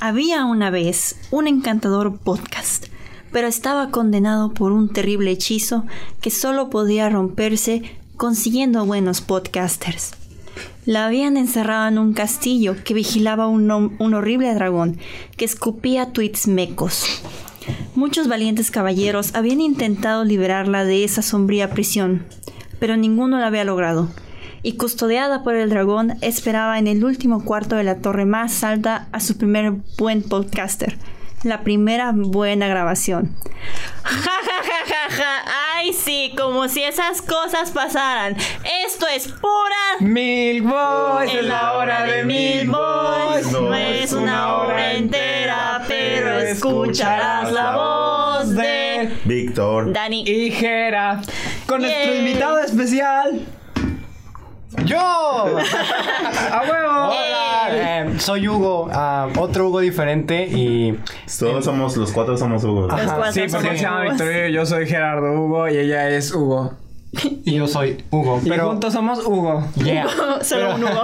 Había una vez un encantador podcast, pero estaba condenado por un terrible hechizo que solo podía romperse consiguiendo buenos podcasters. La habían encerrado en un castillo que vigilaba un, hom- un horrible dragón que escupía tweets mecos. Muchos valientes caballeros habían intentado liberarla de esa sombría prisión, pero ninguno la había logrado. Y custodiada por el dragón, esperaba en el último cuarto de la torre más alta a su primer buen podcaster, la primera buena grabación. ¡Ja, ja, ja, ja, ja! ¡Ay, sí! Como si esas cosas pasaran. Esto es pura Mil boys, es la hora de mil voz, no es una hora entera, pero escucharás la voz de Víctor. Dani. Y Jera, con Yay. nuestro invitado especial. ¡Yo! ¡A huevo! Hola. Eh, soy Hugo, ah, otro Hugo diferente y. Todos somos, los cuatro somos Hugo. Los cuatro Sí, porque somos él se llama Hugos. Victoria, yo soy Gerardo Hugo y ella es Hugo. Y yo soy Hugo. Y Pero. juntos somos Hugo. Yeah. Solo un Hugo.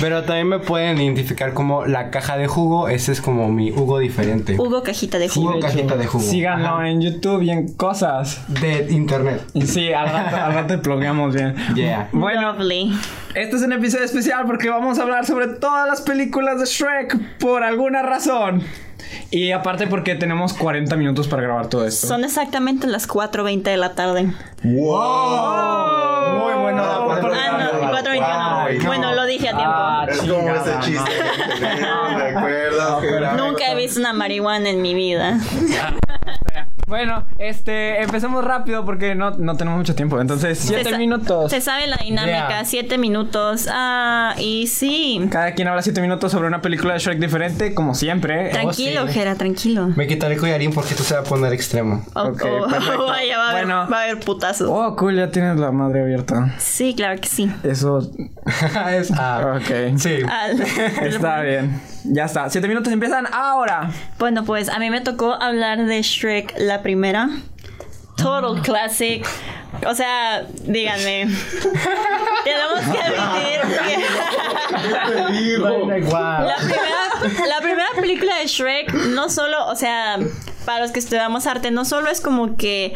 Pero también me pueden identificar como la caja de jugo. Ese es como mi Hugo diferente. Hugo Cajita de Hugo Jugo. cajita de jugo. Síganlo Ajá. en YouTube y en cosas. De internet. Y Sí, al rato, al rato te plugueamos bien. Yeah. Bueno, Lovely. este es un episodio especial porque vamos a hablar sobre todas las películas de Shrek por alguna razón. Y aparte porque tenemos 40 minutos para grabar todo esto. Son exactamente las 4.20 de la tarde. ¡Wow! Oh. Muy bueno. Ah, no, Ay, 4.21. no. Bueno, lo dije a Ah, tiempo. Es como ese Chingada chiste que tenemos, ¿te acuerdas? Que era- Nunca he visto una marihuana en mi vida. Bueno, este, empecemos rápido porque no, no tenemos mucho tiempo. Entonces, Se 7 sa- minutos. Se sabe la dinámica, Yeah. Oh, 7 minutos. Ah, y sí. Cada quien habla 7 minutos sobre una película de Shrek diferente, como siempre. Tranquilo, sí. Jera, tranquilo. Me quitaré el collarín porque tú se va a poner extremo. Oh, Ok, oh, perfecto. vaya, va a haber, Bueno. va a haber putazos. Oh, cool, ya tienes la madre abierta. Sí, claro que sí. Eso. es. Ah, Ok. Sí. Al- Está bien. Ya está. Siete minutos empiezan ahora. Bueno, pues a mí me tocó hablar de Shrek la primera. Total classic. O sea, díganme. Tenemos que admitir que Te digo. la Wow. primera, la primera película de Shrek no solo, o sea, para los que estudiamos arte, no solo es como que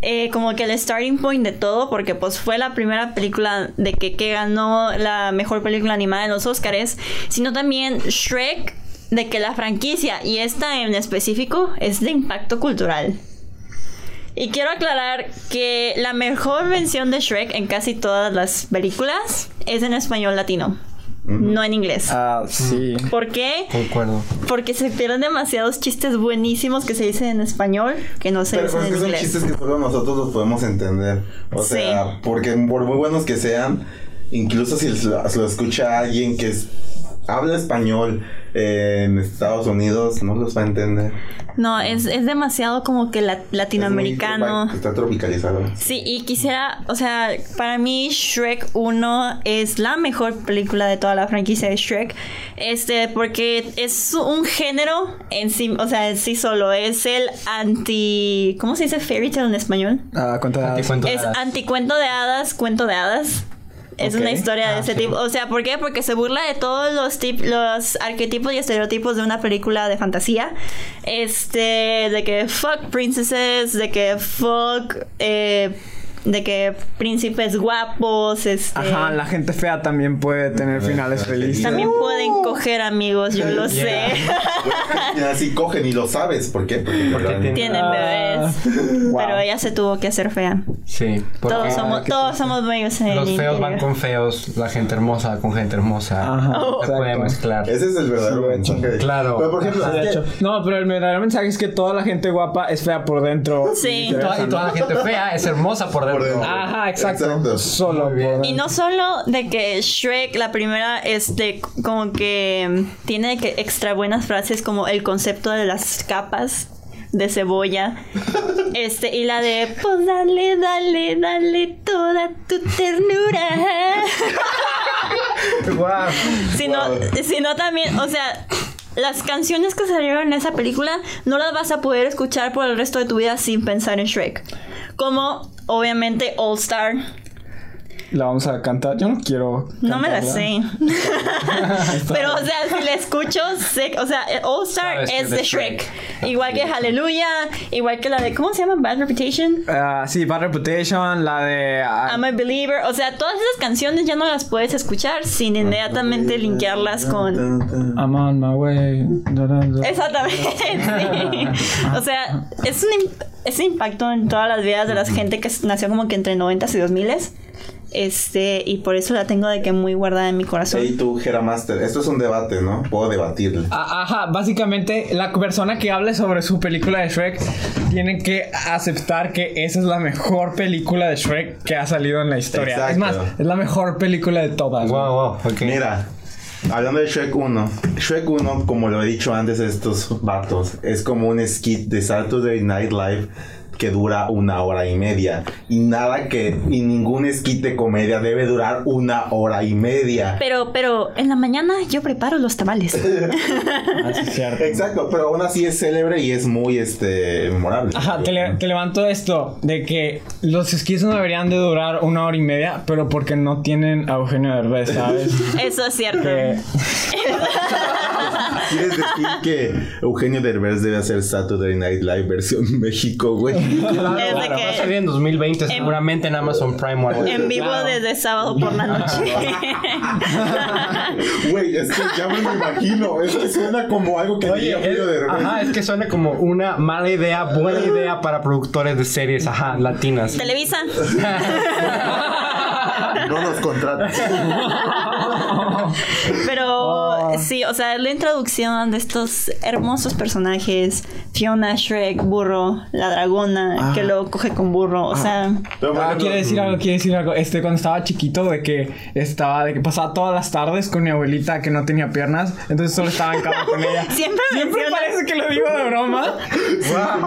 eh, como que el starting point de todo, porque pues fue la primera película de que, que ganó la mejor película animada en los Oscars, sino también Shrek, de que la franquicia, y esta en específico, es de impacto cultural. Y quiero aclarar que la mejor mención de Shrek en casi todas las películas es en español latino, no en inglés. Ah, sí. ¿Por qué? Concuerdo. Porque se pierden demasiados chistes buenísimos que se dicen en español que no se Pero dicen pues en que son inglés. chistes que solo nosotros los podemos entender. O Sí. sea, porque por muy buenos que sean, incluso si lo, lo escucha alguien que es- habla español eh, en Estados Unidos, no los va a entender. No, es, es demasiado como que la- Es latinoamericano. muy- Está tropicalizado. Sí, y quisiera, o sea, para mí Shrek 1 es la mejor película de toda la franquicia de Shrek, este, porque es un género en sí, o sea, en sí solo, es el anti, ¿cómo se dice fairy tale en español? Ah, cuenta. Te cuento Es nada. anticuento de hadas, cuento de hadas. Es Ok. una historia de Ah, ese sí. tipo. O sea, ¿por qué? Porque se burla de todos los, tip- los arquetipos y estereotipos de una película de fantasía. Este, de que fuck princesses, de que fuck... eh, de que príncipes guapos, este... Ajá, la gente fea también puede tener finales felices. También pueden coger amigos, yo lo Uh. sé. Yeah. Y así cogen y lo sabes. ¿Por qué? Porque, tienen- Tienen Ah, bebés. wow. Pero ella se tuvo que hacer fea. Sí. porque- Todos somos, que- todos somos bellos en el Los feos van interior. con feos, la gente hermosa con gente hermosa. Ajá, Oh. Se puede exacto. mezclar. Ese es el verdadero lo he hecho. mensaje. Claro. Pero por ejemplo, Ah, De es que- hecho, No, pero el verdadero mensaje es que toda la gente guapa es fea por dentro. Sí. Y Y toda, y toda la gente fea es hermosa por dentro. Por dentro. Ajá, exacto. Exacto. Solo por bien. Y dentro. no solo de que Shrek, la primera, este, como que mm, tiene que extra buenas frases como el concepto de las capas de cebolla. Este, y la de, pues dale, dale, dale toda tu ternura. Guau. sino, sino también, o sea, las canciones que salieron en esa película no las vas a poder escuchar por el resto de tu vida sin pensar en Shrek. Como, obviamente, All Star. La vamos a cantar. Yo no quiero. No me la cantarla. sé. Pero, o sea, si la escucho, sé. O sea, eh, All Star Sabes que es es de de Shrek. Shrek. Igual que Hallelujah. Igual que la de. ¿Cómo se llama? Bad Reputation. Ah, sí, Bad Reputation, la de. ah, I'm a Believer. O sea, todas esas canciones ya no las puedes escuchar sin inmediatamente linkearlas Ah, con. I'm on my way. Da, da, da. Exactamente. sí. O sea, es un, im- es un impacto en todas las vidas de la gente que s- nació como que entre 90 y 2000 este, y por eso la tengo de que muy guardada en mi corazón. Hey tú, Jera Master, esto es un debate, ¿no? Puedo debatirle. A- Ajá, básicamente la persona que hable sobre su película de Shrek tiene que aceptar que esa es la mejor película de Shrek que ha salido en la historia. Exacto. Es más, es la mejor película de todas. Wow, wow, ok. Mira, hablando de Shrek 1, Shrek 1, como lo he dicho antes, estos vatos, es como un skit de Saturday Night Live que dura una hora y media. Y nada que, y ningún skit de comedia debe durar una hora y media. Pero, pero en la mañana yo preparo los tamales. Ah, sí, es cierto. Exacto, pero aún así es célebre y es muy, este, memorable. Ajá, te, le- te levanto esto de que los esquís no deberían de durar una hora y media, pero porque no tienen a Eugenio Derbez, ¿sabes? Eso es cierto. Que- ¿Quieres decir que Eugenio Derbez debe hacer Saturday Night Live versión México, güey? Desde Claro, que- va a salir en 2020 seguramente en Amazon Prime o algo así. En vivo desde sábado por la noche. Güey, es que ya me lo imagino. Es que suena como algo que Oye, diría Eugenio es- Derbez. ajá, es que suena como una mala idea, buena idea para productores de series, ajá, latinas. Televisa. No nos contratan. Pero sí, o sea, la introducción de estos hermosos personajes, Fiona, Shrek, Burro, la dragona, que luego coge con Burro, o sea, Pero, por Ah, ejemplo, quiere decir algo, quiere decir algo. Este, cuando estaba chiquito, de que estaba, de que pasaba todas las tardes con mi abuelita que no tenía piernas, entonces solo estaba en cama con ella. siempre Siempre menciona- parece que lo digo de broma.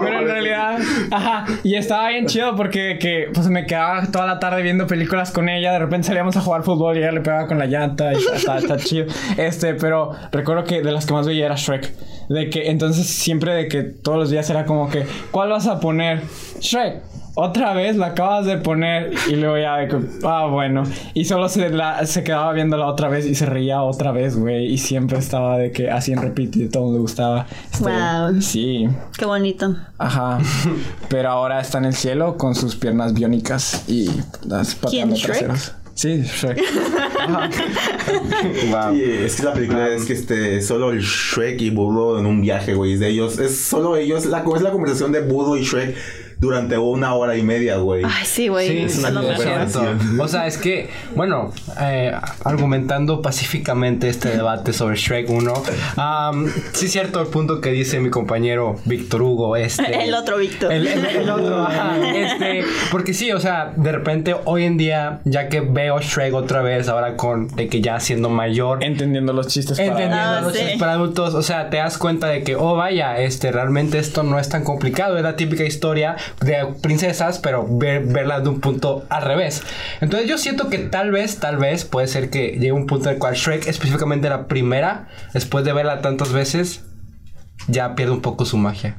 pero en realidad, ajá. Y estaba bien chido porque que, pues, me quedaba toda la tarde viendo películas con ella. De repente salíamos a jugar fútbol y ella le pegaba con la llanta. Y está, está- está chido. Este, pero recuerdo que de las que más veía era Shrek. De que entonces siempre de que todos los días era como que, ¿cuál vas a poner? Shrek. Otra vez la acabas de poner y luego ya de que, ah, bueno. Y solo se, la- se quedaba viéndola otra vez y se reía otra vez, güey. Y siempre estaba de que así en repeat y todo le gustaba. Este, Wow. Sí. Qué bonito. Ajá. Pero ahora está en el cielo con sus piernas biónicas y las ¿Quién, patas Shrek? traseras. Sí, Shrek. Sí, es que la película es que este, solo el Shrek y Burro en un viaje, güey. Es de ellos, es solo ellos. La, es la conversación de Burro y Shrek durante una hora y media, güey. Ay, sí, güey. Sí, es es una lo cosa. mejor. cierto. O sea, es que, bueno, eh, argumentando pacíficamente este debate sobre Shrek 1, am, sí es cierto el punto que dice mi compañero Víctor Hugo. Este, El otro Víctor. El, el- el otro, ajá, este, porque sí, o sea, de repente hoy en día, ya que veo Shrek otra vez, ahora con de que ya siendo mayor, Entendiendo los chistes. para- Entendiendo Ah, los sí. chistes para adultos, o sea, te das cuenta de que, oh vaya, este, realmente esto no es tan complicado, es la típica historia de princesas, pero ver, verla de un punto al revés. Entonces yo siento que tal vez, tal vez, puede ser que llegue un punto en el cual Shrek, específicamente la primera, después de verla tantas veces, ya pierde un poco su magia.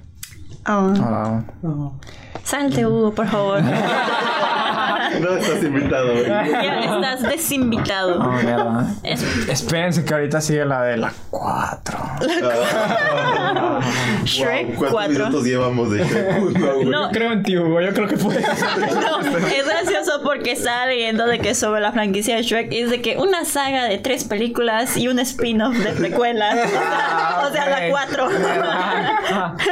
Oh. Ah. Salte, Hugo, por favor. No estás invitado, güey. ya estás desinvitado. Ah, mierda. Es- Espérense que ahorita sigue la de la 4. Shrek Wow, ¿Cuántos 4. minutos llevamos de Shrek 1, güey? No, Creo en ti, Hugo. Yo creo que puedes. No, es gracioso porque estaba leyendo de que sobre la franquicia de Shrek es de que una saga de tres películas y un spin-off de precuelas. Ah, o sea, la cuatro.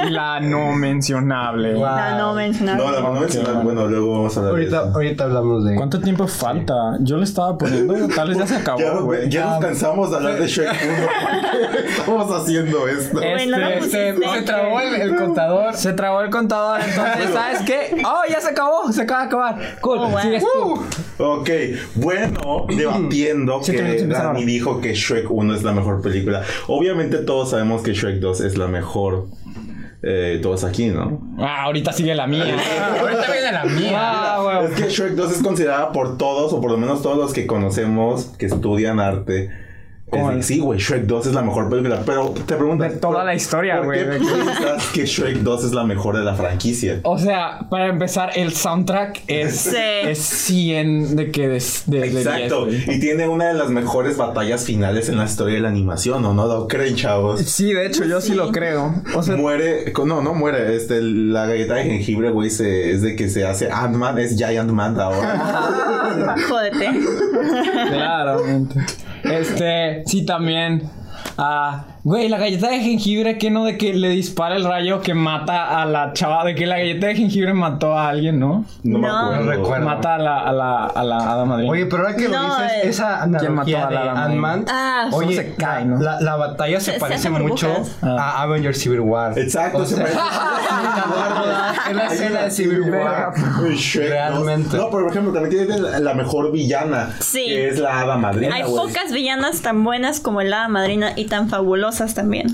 la no mencionable. Guau. La no mencionaron. No, la no mencionar. Bueno, luego vamos a hablar. de Ahorita, eso. ahorita hablamos de... ¿Cuánto tiempo falta? Yo le estaba poniendo, tal vez ya se Ya, acabó, nos- güey. Ah, ya nos cansamos de hablar de Shrek 1. ¿Por qué estamos haciendo esto? Güey, no la se, pusiste. Este, se trabó el, el contador. Se trabó el contador, entonces, ¿sabes qué? ¡Oh, ya se acabó! Se acaba de acabar. Cool, Oh, wow. sigues Uh. tú. Ok, bueno, debatiendo Sí, que también se empieza Dani ahora. dijo que Shrek 1 es la mejor película. Obviamente todos sabemos que Shrek 2 es la mejor. eh, todos aquí, ¿no? Ah, ahorita sigue la mía. Ahorita viene la mía. Ah, Es güey. que Shrek 2 es considerada por todos, o por lo menos todos los que conocemos que estudian arte, Es Como- de- sí, güey, Shrek 2 es la mejor película. Pero te preguntas. De toda ¿por- la historia, ¿por güey, qué de- piensas que Shrek 2 es la mejor de la franquicia? O sea, para empezar, el soundtrack es, Sí. es 100 de que de, de, de 10, Exacto. güey. y tiene una de las mejores batallas finales en la historia de la animación, ¿o no lo creen, chavos? Sí, de hecho, yo sí, Sí. lo creo. O sea, Muere, no, no muere, este, la galleta de jengibre, güey, se- es de que se hace Ant-Man, es Giant Man ahora. Jódete. claramente. Este, sí, también. Ah, güey, la galleta de jengibre, que no de que le dispara el rayo que mata a la chava, de que la galleta de jengibre mató a alguien, ¿no? me No. acuerdo. No recuerdo. Bueno. Mata a la, a la, a la hada madrina. Oye, pero ahora que lo No, dices, eh. esa ¿Quién mató analogía a de la Alameda? Ant-Man, Ah, solo oye, se cae, ¿no? Ah. la, la batalla se, Se- se parece hace mucho burbujas. a Avengers Civil War. Exacto, se parece. Es la escena de Civil War. Shrek dos. Realmente. No, pero por ejemplo, también tiene la, la mejor villana. Sí. Que es la hada madrina. Hay güey. pocas villanas tan buenas como el Hada Madrina y tan fabulosas también.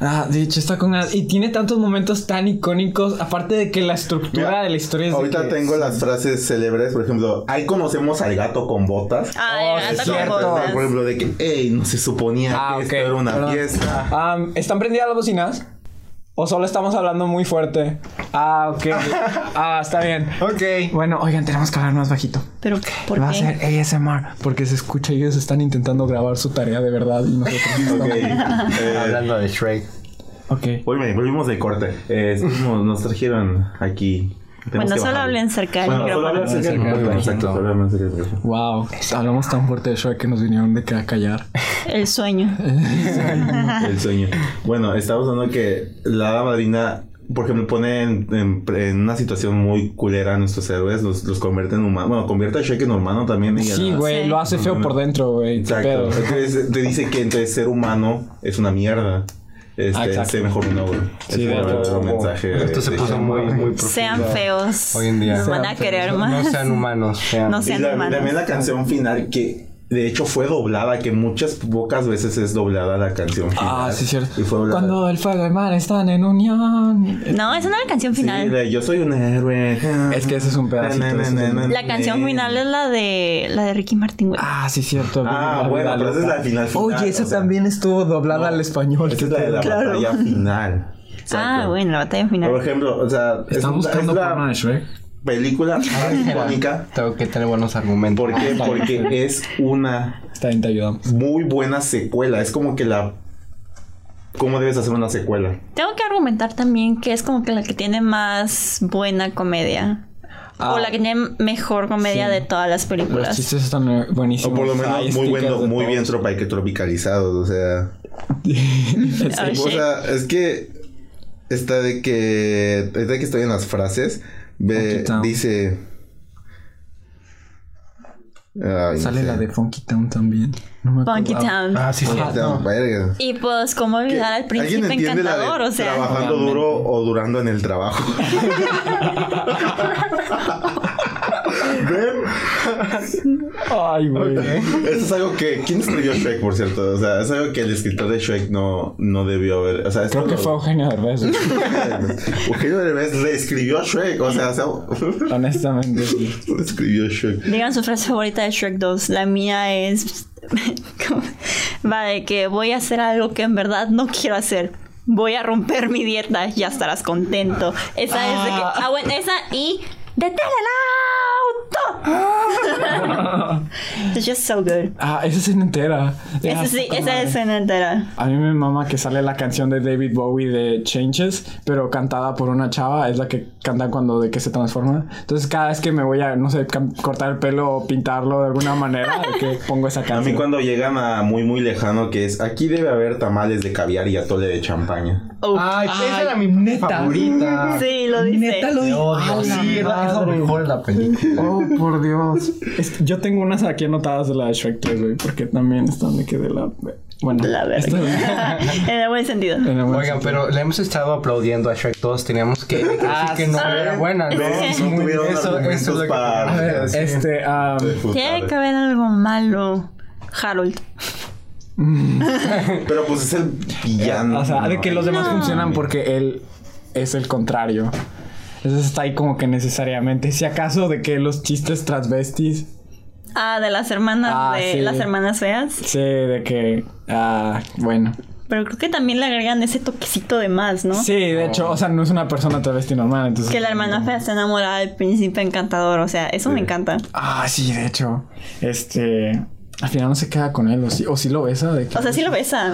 Ah, de hecho, está con ganas. Y tiene tantos momentos tan icónicos. Aparte de que la estructura Mira, de la historia es. de Ahorita que- tengo las frases célebres, por ejemplo, ahí conocemos al gato con botas. Ay, Oh, anda sí, con cierto. botas. Por ejemplo, de que, hey, no se suponía Ah, que ok. esto era una Perdón. fiesta. Ah, ¿Están prendidas las bocinas? ¿O solo estamos hablando muy fuerte? Ah, ok. Ah, está bien. Eh, Ok. Bueno, oigan, tenemos que hablar más bajito. Pero, ¿por Va a qué? ser ASMR. Porque se escucha y ellos están intentando grabar su tarea de verdad y nosotros Ok. estamos- eh, Hablando de Shrek. Ok. oye, volvimos de corte. Eh, estuvimos- nos trajeron aquí. Tenemos Bueno, que solo bajarle. hablen cerca del Bueno, solo micrófono. hablen cerca del Muy micrófono. bajito. exacto, solo hablen cerca del micrófono. Wow. Hablamos tan fuerte de Shrek que nos vinieron de ca- callar. El sueño. El sueño. Bueno, estamos hablando que la hada madrina, por ejemplo, pone en, en- en una situación muy culera a nuestros héroes, los, los convierte en humanos. Bueno, convierte a Shrek en humano también. y a- Sí, güey. Sí. Lo hace feo por dentro, güey. qué Exacto. pedo. Entonces te dice que entonces ser humano es una mierda. Ah, Este, exacto. sé mejor no, güey. Sí, es de el verdadero hecho. mensaje. de- Esto se de puso Shrek. muy, muy profundo. Sean feos. Hoy en día. No van a Sean querer feos. No- más. No sean humanos. sean- No Y sean la- humanos. también la canción final que de hecho fue doblada, que muchas pocas veces es doblada la canción final. Ah, sí, cierto. Y fue doblada. Cuando el fuego y el mar están en unión. No, esa no es la canción Sí, final. de yo soy un héroe. Es que ese es un pedacito, Na, na, ese es na, un- na, na, La na. canción final es la de la de Ricky Martin, güey. Ah, sí, cierto. Ah, bueno, pero esa es la final, final, Oye, esa o sea. también estuvo doblada No, al español. Esa es la de la Claro. batalla final. ah, Exacto. bueno, la batalla Por final. ejemplo, o sea, es, Están un- buscando es la porno de Shrek. película Ah, más mira, icónica. Tengo que tener buenos argumentos. Ah, ¿Por Ah, qué? Porque es una Está bien, te ayudamos. muy buena secuela. Es como que la. ¿Cómo debes hacer una secuela? Tengo que argumentar también que es como que la que tiene más buena comedia. Ah. o la que tiene mejor comedia Sí. de todas las Los películas. chistes están eh, O buenísimos. por lo Hay menos muy, bueno, stickers de muy todos. bien tropa- que tropicalizados. O sea. Ay, Oh, O shit. sea, es que está de que. Es de que estoy en las frases. Ve, Funky Town. dice. Ay, no Sale sé. la de Funky Town también. No me acuerdo. Punky Town. Ah, sí, sí. Ajá. No, verga. Y pues, ¿cómo olvidar al ¿Alguien príncipe entiende la de encantador? O sea, Trabajando Realmente. duro o durando en el trabajo. Ay, güey. Eso es algo que. ¿Quién escribió Shrek, por cierto? O sea, es algo que el escritor de Shrek no, no debió haber. O sea, Creo que fue Eugenio Derbez. güey. Eugenio Derbez reescribió a Shrek. O sea, o sea Honestamente, sí. escribió Shrek. digan su frase favorita de Shrek 2. La mía es. ¿cómo? Va de que voy a hacer algo que en verdad no quiero hacer. Voy a romper mi dieta, ya estarás contento. Esa es de que. Ah. Ah, bueno, esa y. ¡Detén el auto! It's just so good. Ah, esa escena entera. Esa sí, esa es escena entera. A mí me mama que sale la canción de David Bowie de Changes, pero cantada por una chava, es la que cantan cuando de que se transforma. Entonces cada vez que me voy a, no sé, cam- cortar el pelo o pintarlo de alguna manera, de que pongo esa A canción. mí cuando llegan a muy muy lejano que es aquí debe haber tamales de caviar y atole de champaña. Oh. Ay, esa Ay, era mi favorita. sí, lo dice. Te odio. Sí, es la- es lo mejor de la película. Oh, por Dios. Es- yo tengo unas aquí anotadas de la de Shrek 3, güey, porque también están de que de la... Bueno. La verga. en el buen sentido. en el buen Oigan, sentido. pero le hemos estado aplaudiendo a Shrek todos. Teníamos que decir Ah, que no sí. era buena, ¿no? Ven, Sí, no tuvieron eso, eso es argumentos lo que para- quería A ver, decir. Este, ah... Tiene que haber algo malo. Harold. Pero pues es el villano. O sea, de ¿no? que los demás No. funcionan porque él es el contrario. Entonces está ahí como que necesariamente. Si acaso de que los chistes transvestis. Ah, de las hermanas Ah, de sí. las hermanas feas. Sí, de que. Ah, bueno. Pero creo que también le agregan ese toquecito de más, ¿no? Sí, de hecho, o sea, no es una persona travesti normal, entonces. Que la hermana fea se enamora del príncipe encantador. O sea, eso me encanta. Ah, sí, de hecho. Este. Al final no se queda con él, o sí, o sí lo besa. De que, O sea, sí lo besan.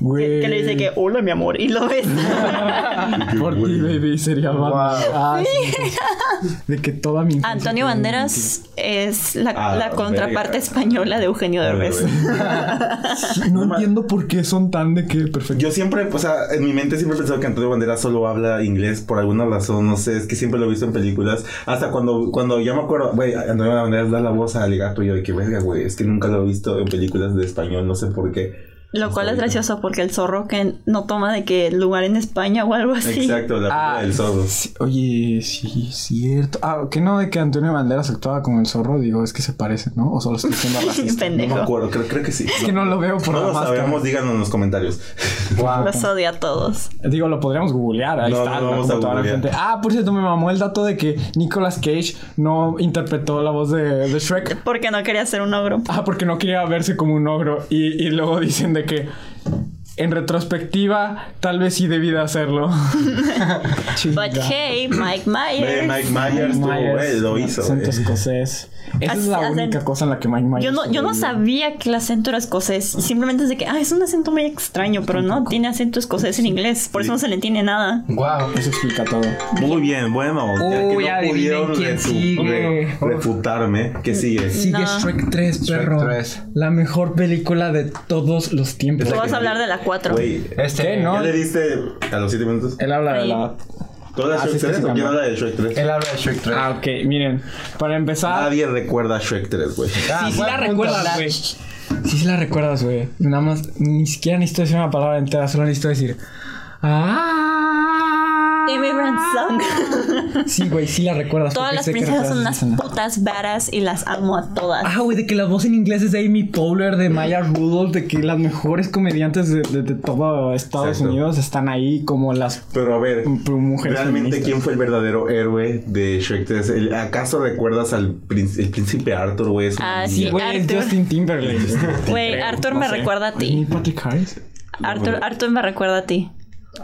Güey. Que, que le dice que, hola, mi amor. Y lo besan. Por ti, baby, sería Wow. mamá. Ah, sí, entonces, De que toda mi. infancia Antonio fue Banderas es la, Ah, la contraparte verga. española de Eugenio Derbez. mentira. No entiendo por qué son tan de que perfecto. Yo siempre, o sea, en mi mente siempre he pensado que Antonio Banderas solo habla inglés por alguna razón, no sé, es que siempre lo he visto en películas. Hasta cuando, cuando ya me acuerdo, güey, Antonio Banderas da la voz a Aligato y yo de que, verga, güey, es que nunca lo he visto en películas de español, no sé por qué. Lo cual es Ahorita. gracioso porque el zorro que no toma de que lugar en España o algo así. Exacto, la película Ah. del zorro. sí, oye, sí, cierto. Ah, que no de que Antonio Banderas actuaba como el zorro, digo, es que se parecen, ¿no? O solo estoy siendo racista. No me Pendejo. acuerdo, creo, creo que sí. que no lo veo por no la lo máscara. sabemos, díganos en los comentarios. Guau. Los odia a todos. Digo, lo podríamos googlear, ahí No, está, no lo la vamos a computadora googlear. enfrente. Ah, por cierto, me mamó el dato de que Nicolas Cage no interpretó la voz de, de Shrek. Porque no quería ser un ogro. Ah, porque no quería verse como un ogro. Y, y luego dicen de que, en retrospectiva, tal vez sí debí de hacerlo. Chinga. But hey, Mike Ve, Myers. Mike Myers, tú, eh, güey, lo hizo. eh. Acento güey. escocés. Esa es la Ac- única acento- cosa en la que Mike Myers. Yo no, yo no sobrevivió. sabía que el acento era escocés. Simplemente es de que, ah, es un acento muy extraño, pero no, tiene acento escocés en inglés. Por eso no se le entiende nada. Wow. Eso explica todo. Muy bien, bueno. Uy, ya que no adivinen pudieron quién refu- sigue. re- refutarme, ¿qué sigue? Sigue No. Shrek 3, Shrek perro. 3. La mejor película de todos los tiempos. Tú vas a hablar de la 4. Güey, Este, ¿Qué, no? ¿ya le diste a los 7 minutos? Eh, Él habla de la. ¿Tú hablas Ah, de sí, Shrek es que 3 se o quién cambió. habla de Shrek 3? Él habla de Shrek 3. Ah, ok, miren. Para empezar. Nadie recuerda Shrek 3, güey. Ah, sí, sí buen la punto. recuerdas, güey. Sí, sí la recuerdas, güey. Nada más, ni siquiera necesito decir una palabra entera, solo necesito decir. ¡Ah! Immigrant Song. Sí, güey, sí la recuerdas. Todas porque las sé que princesas son recuerdas unas esa escena. putas varas y las amo a todas. Ah, güey, de que la voz en inglés es de Amy Poehler, de Maya Rudolph, de que las mejores comediantes de, de- de todo Estados Exacto. Unidos están ahí como las Pero a ver, m- mujeres ¿realmente feministas. quién fue el verdadero héroe de Shrek 3? ¿El- ¿Acaso recuerdas al prín- el príncipe Arthur, güey? Es un Ah, niño. sí. Güey, es Arthur. Justin Timberlake. Güey, Arthur me recuerda a ¿Y ti. Patrick Harris? Arthur, Arthur me recuerda a ti.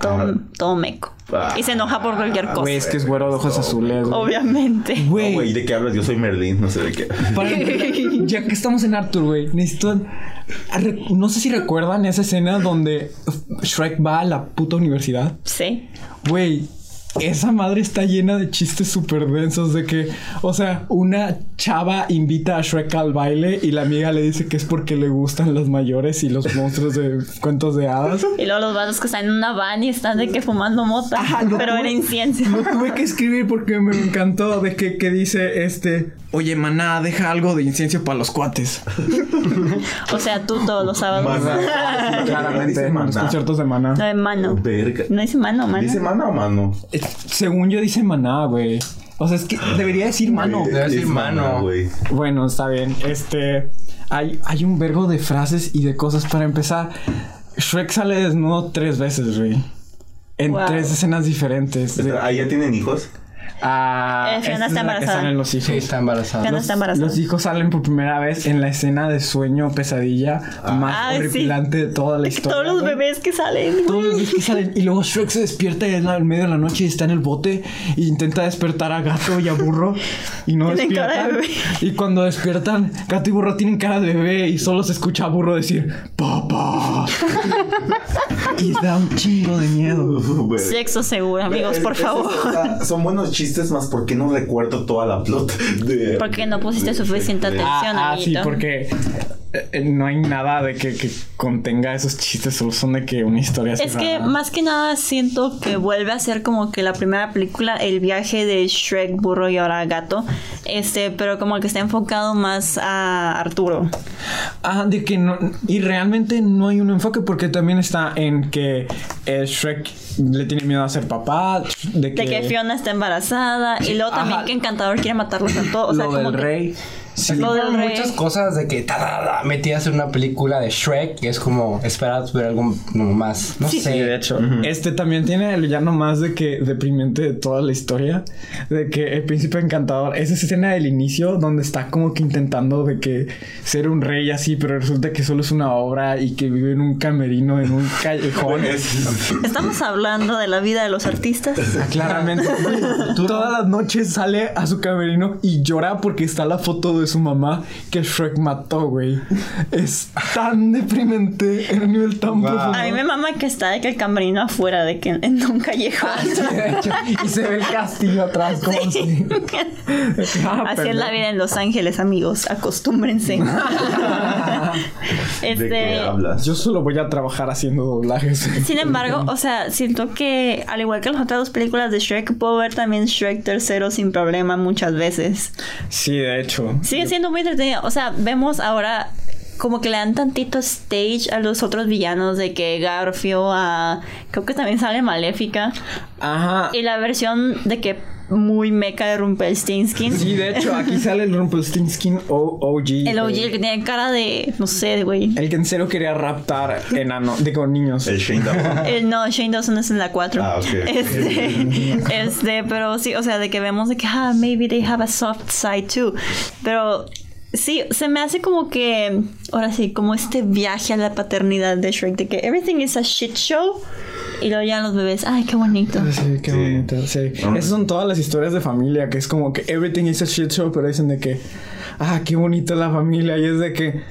Todo, todo meco. Ah. Y se enoja por cualquier cosa. Güey, es que es güero de ojos azules. güey. Obviamente. No, Güey, Güey, ¿de qué hablas? Yo soy Merlin, no sé de qué. Para- ya que estamos en Arthur, güey, necesito. re- No sé si recuerdan esa escena donde Shrek va a la puta universidad. Sí. Güey, esa madre está llena de chistes súper densos de que, o sea, una chava invita a Shrek al baile y la amiga le dice que es porque le gustan los mayores y los monstruos de cuentos de hadas. Y luego los vatos que están en una van y están de que fumando mota. Ajá, lo pero tuve- era incienso. Lo tuve que escribir porque me encantó de que, que dice este, oye maná, deja algo de incienso para los cuates. O sea, tú todos los sábados. Maná. Claramente, Dice en los maná. conciertos de maná. No, de mano. Verga. No dice mano, mano. ¿Dice mana o mano? Eh, Según yo dice maná, güey. O sea, es que debería decir mano. Güey, debe Eh, es decir mano. maná, güey. Bueno, está bien. Este. Hay, hay un vergo de frases y de cosas para empezar. Shrek sale desnudo tres veces, güey. En Wow. tres escenas diferentes. De- ¿Ahí ya tienen hijos? ah, Eh, Fiona esta es está la que embarazada. salen los hijos. Sí, está embarazada. Ya no está embarazada. Los hijos salen por primera vez en la escena de sueño pesadilla más Ah, sí. horripilante de toda la Es que historia. todos los güey. bebés que salen. Todos los días que salen. Y luego Shrek se despierta en la- en medio de la noche y está en el bote. E intenta despertar a gato y a burro. Y no Tienen cara despiertan. de bebé. Y cuando despiertan, gato y burro tienen cara de bebé. Y solo se escucha a burro decir: ¡Papá! y da un chingo de miedo. Verga. Sexo seguro, amigos, Es- por es- ah, es- favor. o sea, son buenos chistes, más porque no recuerdo toda la plot de. Porque no pusiste de- suficiente de- atención. Ah, ah, sí, amiguito. porque. eh, eh, No hay nada de que, que contenga esos chistes, solo son de que una historia Es que cerrada. más que nada siento que vuelve a ser como que la primera película, el viaje de Shrek, burro y ahora gato. Este, pero como que está enfocado más a Arturo. Ah, de que no. Y realmente no hay un enfoque porque también está en que eh, Shrek le tiene miedo a ser papá. De que, De que Fiona está embarazada y luego también Ajá. que Encantador quiere matarlos a todos. O sea, lo como del que- rey. Sí, Lo del rey. muchas cosas de que tarara, metidas en una película de Shrek que es como esperar ver algo como más. No sé. Sí, de hecho. Este también tiene el villano más de que deprimente de toda la historia. De que el príncipe encantador, esa escena del inicio donde está como que intentando de que ser un rey así, pero resulta que solo es una obra y que vive en un camerino, en un callejón. Es- Estamos hablando de la vida de los artistas. Claramente, todas las noches sale a su camerino y llora porque está la foto de su mamá que Shrek mató, güey. Es tan deprimente en un nivel tan Wow. profundo. A mí me mama que está de que el camerino afuera, de que en un callejón. De hecho, y se ve el castillo atrás como si- Ah, Así es la Oh, perdón. vida en Los Ángeles, amigos. Acostúmbrense. ¿De qué este, hablas? Yo solo voy a trabajar haciendo doblajes. sin embargo, o sea, siento que al igual que las otras dos películas de Shrek, puedo ver también Shrek tercero sin problema muchas veces. Sí, de hecho. Sigue siendo muy entretenido. O sea, vemos ahora como que le dan tantito stage a los otros villanos de que Garfio a... Creo que también sale Maléfica. Ajá. Y la versión de que muy meca de Rumpelstiltskin. Sí, de hecho, aquí sale el Rumpelstiltskin O- OG. El OG, el güey. que tenía cara de... No sé, de güey. El que en serio quería raptar enano, digo, niños. El Shane Dawson. Ah. Eh, no, Shane Dawson es en la 4. Ah, ok. Este, este, pero sí, o sea, de que vemos de que, ah, maybe they have a soft side too. Pero sí, se me hace como que, ahora sí, como este viaje a la paternidad de Shrek, de que everything is a shit show. Y luego ya los bebés, ay, qué bonito. Sí, qué bonito. Sí. Esas son todas las historias de familia, que es como que everything is a shit show, pero dicen de que, ah, qué bonita la familia. Y es de que,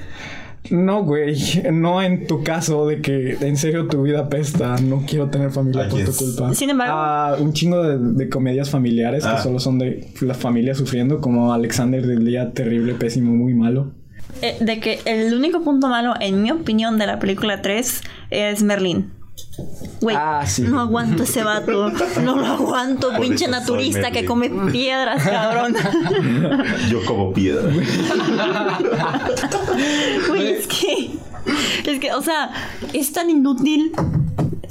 no, güey, no en tu caso, de que en serio tu vida pesta, no quiero tener familia Ay, por yes. tu culpa. Sin embargo- Ah, un chingo de, de comedias familiares Ah. que solo son de la familia sufriendo, como Alexander del día terrible, pésimo, muy malo. Eh, de que el único punto malo, en mi opinión, de la película 3 es Merlín. Güey, Ah, sí. no aguanto ese vato. No lo aguanto, Por pinche eso soy naturista que Merlín. come piedras, cabrón. Yo como piedra. Güey, es que. Es que, o sea, es tan inútil.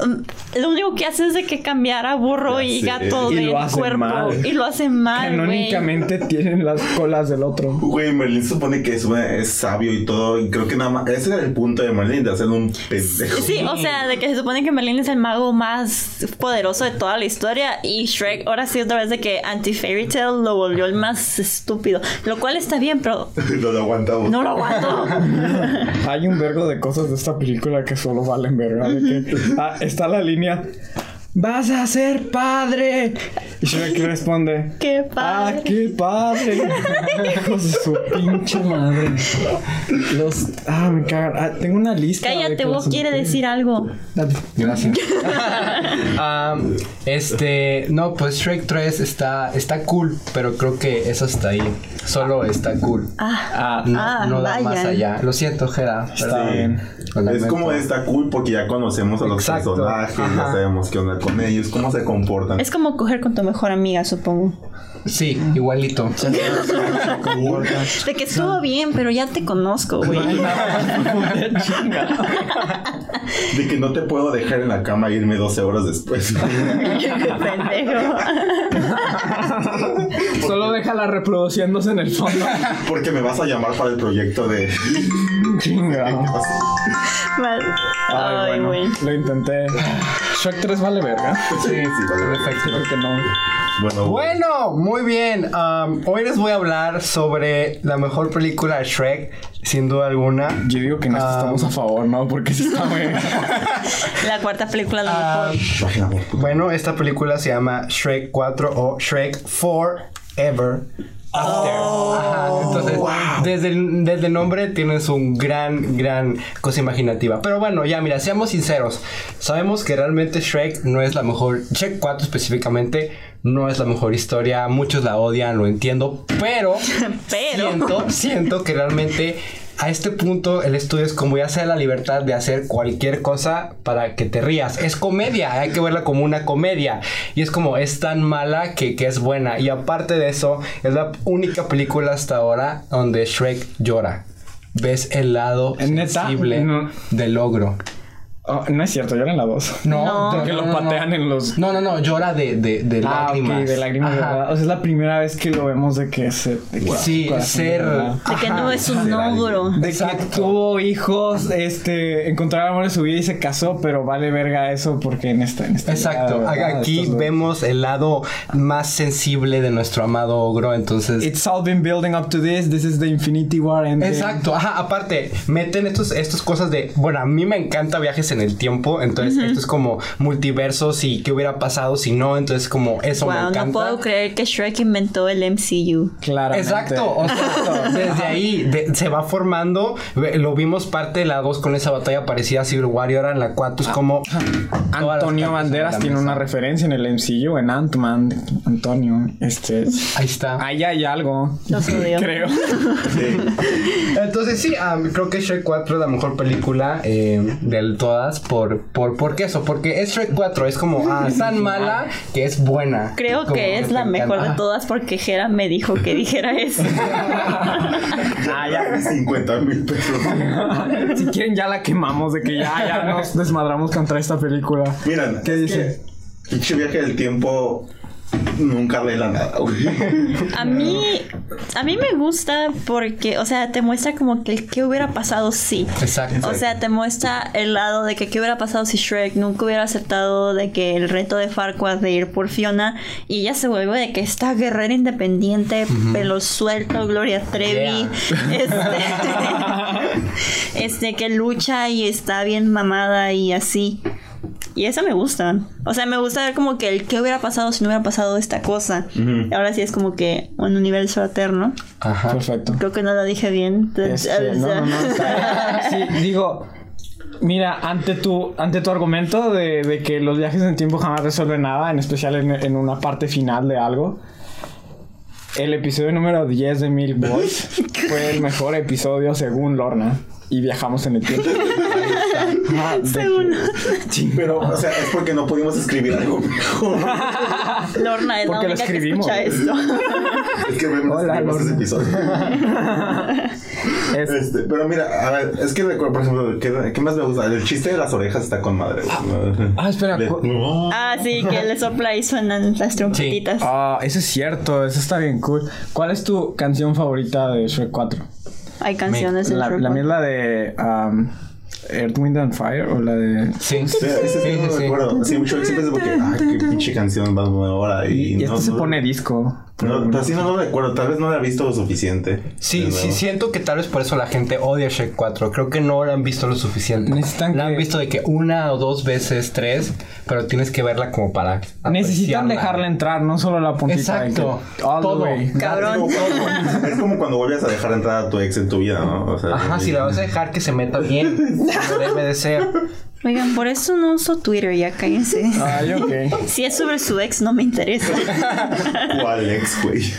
Um, Lo único que hace es de que cambiara burro Ya y sé. gato Y del lo hacen cuerpo. mal. Y lo hace mal. güey. Canónicamente tienen las colas del otro. Güey, Merlin se supone que es, una- es sabio y todo. Y creo que nada más. Ese era el punto de Merlin, de hacer un pendejo. Sí, o sea, de que se supone que Merlin es el mago más poderoso de toda la historia y Shrek ahora sí otra vez de que anti-fairy tale lo volvió el más estúpido, lo cual está bien, pero no lo aguantamos. no lo aguanto. Hay un vergo de cosas de esta película que solo valen verga. de que, ah, está la línea. ¡Vas a ser padre! Y Shrek responde. Qué ¡Ah, padre. qué padre! Hijos de su pinche madre. Los. Ah, me cagan. Ah, tengo una lista. de Cállate, que vos las- quiere decir algo. Dale. Gracias. Am, este, no, pues Shrek 3 está, está cool, pero creo que eso está ahí. Solo está cool. Ah, Ah, No, Ah, no da vaya. más allá. Lo siento, Jera. Está bien. Es como está cool porque ya conocemos a los Exacto. personajes, ya Ajá. sabemos qué onda con ellos, cómo se comportan. es como coger con tu mejor amiga, supongo. Sí, igualito. De que estuvo bien, pero ya te conozco, güey. De que no te puedo dejar en la cama e irme 12 horas después. Qué pendejo. Solo déjala reproduciéndose en el fondo. porque me vas a llamar para el proyecto de. Chinga. Mal. Ay, bueno, güey. Lo intenté. Shrek 3 vale verga. Sí, vale. perfecto. Creo que no. Bueno, Bueno, muy bien. Am, hoy les voy a hablar sobre la mejor película de Shrek, sin duda alguna. Yo digo que no Ah. estamos a favor, ¿no? Porque sí está muy... La cuarta película a lo Ah, mejor. Ay, amor. Bueno, esta película se llama Shrek 4 o Shrek Forever After. Ajá, entonces, desde, el, desde el nombre tienes un gran, gran cosa imaginativa. Pero bueno, ya mira, seamos sinceros. Sabemos que realmente Shrek no es la mejor, Shrek 4 específicamente, no es la mejor historia. Muchos la odian, lo entiendo, Pero. pero, siento, siento que realmente... A este punto el estudio es como ya sea la libertad de hacer cualquier cosa para que te rías. Es comedia, hay que verla como una comedia. Y es como es tan mala que, que es buena. Y aparte de eso, es la única película hasta ahora donde Shrek llora. Ves el lado ¿Es neta? sensible No. del ogro. Oh, no es cierto, llora en la voz. No. porque no, lo no, no. patean en los. No, no, no, llora de, de, de Ah, ok, lágrimas. de lágrimas, Ajá. ¿verdad? O sea, es la primera vez que lo vemos de que se. de que Sí, su corazón ser. de verdad. De que Ajá. no es un Ajá. ogro. De que Exacto. tuvo hijos, este, encontró el amor de su vida y se casó, pero vale verga eso porque en esta. En esta Exacto, vida, ¿verdad? aquí Ah, Estos- vemos el lado más sensible de nuestro amado ogro, entonces... It's all been building up to this. This is the Infinity War. ending. Exacto, ajá, aparte, meten estos, estas cosas de, bueno, a mí me encanta viajes en el tiempo, entonces esto es como multiversos y qué hubiera pasado si no, entonces como eso me Wow, encanta. no puedo creer que Shrek inventó el MCU. Claramente. Exacto, o sea, desde ahí de- se va formando, ve- lo vimos parte de la 2 con esa batalla parecida a Civil War y ahora en la 4 es como... todas las Ah, Antonio cartas Banderas sobre la tiene mesa. una referencia en el MCU, en Ant-Man. Antonio, este. Ahí está. Ahí hay algo. Los odio. Creo. Sí. Entonces sí, ah, creo que Shrek 4 es la mejor película eh, de todas por, por, por qué eso, porque es Shrek 4, es como ah, tan mala que es buena. Creo Como que es la te mejor de encanta. todas porque Jera me dijo que dijera eso. Ah, ya. 50 mil pesos. Si quieren, ya la quemamos de que ya, ya nos desmadramos contra esta película. Miren, ¿Qué dice? pinche viaje del tiempo nunca arregla nada, güey. A mí, a mí me gusta porque, o sea, te muestra como que el que hubiera pasado sí. Exacto. O sea, te muestra el lado de que qué hubiera pasado si Shrek nunca hubiera aceptado de que el reto de Farquaad de ir por Fiona y ella se vuelve de que esta guerrera independiente, pelo suelto, Gloria Trevi, este, este, que lucha y está bien mamada y así. Y eso me gusta. O sea, me gusta ver como que el qué hubiera pasado si no hubiera pasado esta cosa. Y Ahora sí es como que un universo alterno. Ajá. Perfecto. Creo que no lo dije bien. Este, no, no, no, está- Sí, digo. Mira, ante tu, ante tu argumento de, de que los viajes en el tiempo jamás resuelven nada, en especial en, en una parte final de algo, el episodio número 10 de Milk Boys fue el mejor episodio según Lorna. Y viajamos en el tiempo. Ajá, de Según- Pero, o sea, es porque no pudimos escribir algo mejor. Lorna es Ah. Porque lo la única que escribimos. escucha esto. Es que vemos Hola, escribimos Lorna. ese episodio. que- es- Este, pero mira, a ver, es que recuerdo, por ejemplo, ¿qué, qué más me gusta? El chiste de las orejas está con madre. güey. ah, espera, De- cu- Ah, sí, que le sopla y suenan las trompetitas. Ah, eso es cierto, eso está bien cool. ¿Cuál es tu canción favorita de Shrek 4? Hay canciones en La, Shrek la mía es One. la de um, Earth, Wind and Fire o la de... Sí. Sí, ese sí, no me acuerdo. Sí, mucho siempre es porque, ah, qué pinche canción va ahora. Y, Y, no, este se no- pone disco. No, pero sí no lo recuerdo, tal vez no la he visto lo suficiente. Sí, De sí, nuevo. siento que tal vez por eso la gente odia Shrek 4. Creo que no la han visto lo suficiente. Necesitan la han que- visto de que una o dos veces, tres, pero tienes que verla como para. Necesitan apreciarla. dejarla entrar, no solo la puntita. Exacto. de que- all the Todo. way. Cabrón. Es como- Es como cuando vuelves a dejar entrar a tu ex en tu vida, ¿no? O sea, Ajá, si la vas a dejar que se meta bien, como debe de ser. Oigan, por eso no uso Twitter, ya cállense. Ay, ok. Si es sobre su ex, no me interesa. ¿Cuál ex, güey?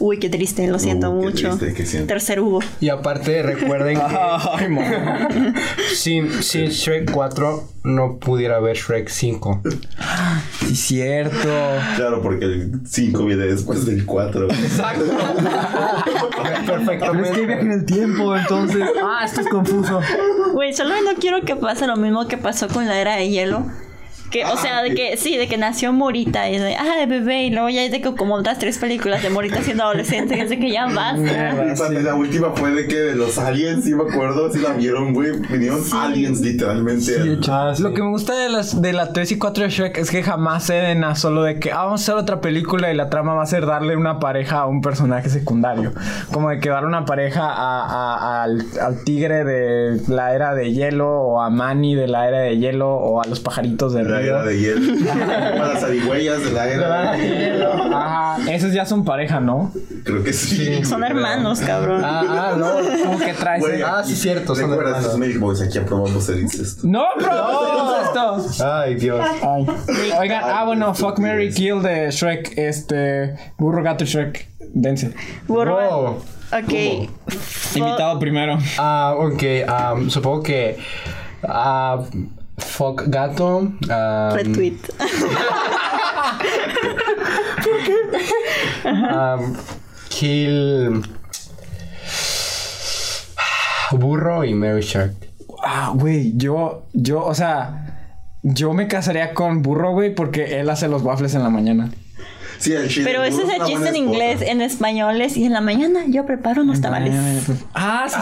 Uy, qué triste, Uh, lo siento qué mucho. triste, qué siento. Tercer Hugo. Y aparte, recuerden que. Ay, mon. Sin, sin Shrek 4 no pudiera haber Shrek 5. Sí, cierto. Claro, porque el 5 viene después del 4. Exacto. Pero es que hay viaje en Perfectamente. el tiempo, entonces... Ah, esto es confuso. Güey, solo no quiero que pase lo mismo que pasó con la era de hielo. Que, o sea, Ah, de que sí, de que nació Morita y de, ah, de bebé, y luego ya es de que como otras tres películas de Morita siendo adolescente, y es de que ya basta. La última fue de que de los aliens, sí me acuerdo, sí la vieron, güey. Vinieron aliens literalmente. al- Ah, sí. Lo que me gusta de las de la 3 y 4 de Shrek es que jamás ceden a solo de que ah, vamos a hacer otra película y la trama va a ser darle una pareja a un personaje secundario. Como de que darle una pareja a- a- al, al tigre de la era de hielo o a Manny de la era de hielo o a los pajaritos de la era río. de hielo. Como las arigüeyas de la era de hielo. Ajá, esos ya son pareja, ¿no? Creo que sí. güey. Son hermanos, cabrón. Ah, ah, no. Como que traes. Güey, Ah, sí, cierto, son ¿Recuerdas hermanos. los Milk Boys? Aquí aprobamos el incesto. No, bro, no. esto. Ay, Dios. Ay. Oigan, ah, bueno, Ay, fuck Mary estupidez. Kill de Shrek, este burro gato Shrek, dense. Burro. Wow. Ok. Invitado primero. Ah, ok. am, supongo que. ah, fuck gato. am, Retweet. am, kill. Burro y Mary Shark. Ah, güey, yo, yo, o sea, yo me casaría con burro, güey, porque él hace los waffles en la mañana. Sí, el chile. Pero ese burro es el una chiste buena en esposa. inglés, en español es, y en la mañana yo preparo unos tamales. Ah, sí, es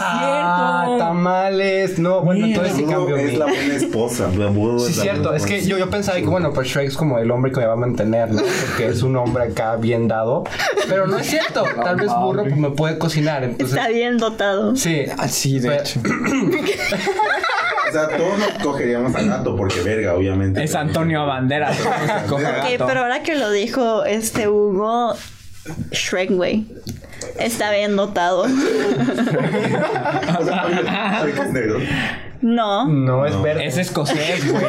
Ah, cierto. tamales. No, bueno, Mierda. entonces sí Burro cambio. es mi- la buena esposa. el burro Sí, es la cierto. buena Es que esposa. yo, yo pensaba que, bueno, pues Shrek es como el hombre que me va a mantener, ¿no? Porque es un hombre acá bien dado. Pero no es cierto. Tal vez burro pues, me puede cocinar. Entonces, Está bien dotado. sí. Ah, sí, de Pero- hecho. O sea, todos nos cogeríamos a gato porque verga, obviamente. Es Antonio Banderas. Coge Ok, Ok, gato. pero ahora que lo dijo este Hugo, Shrek, güey. Está bien dotado. O sea, oye, Shrek es negro. No. No es verde. Es escocés, güey.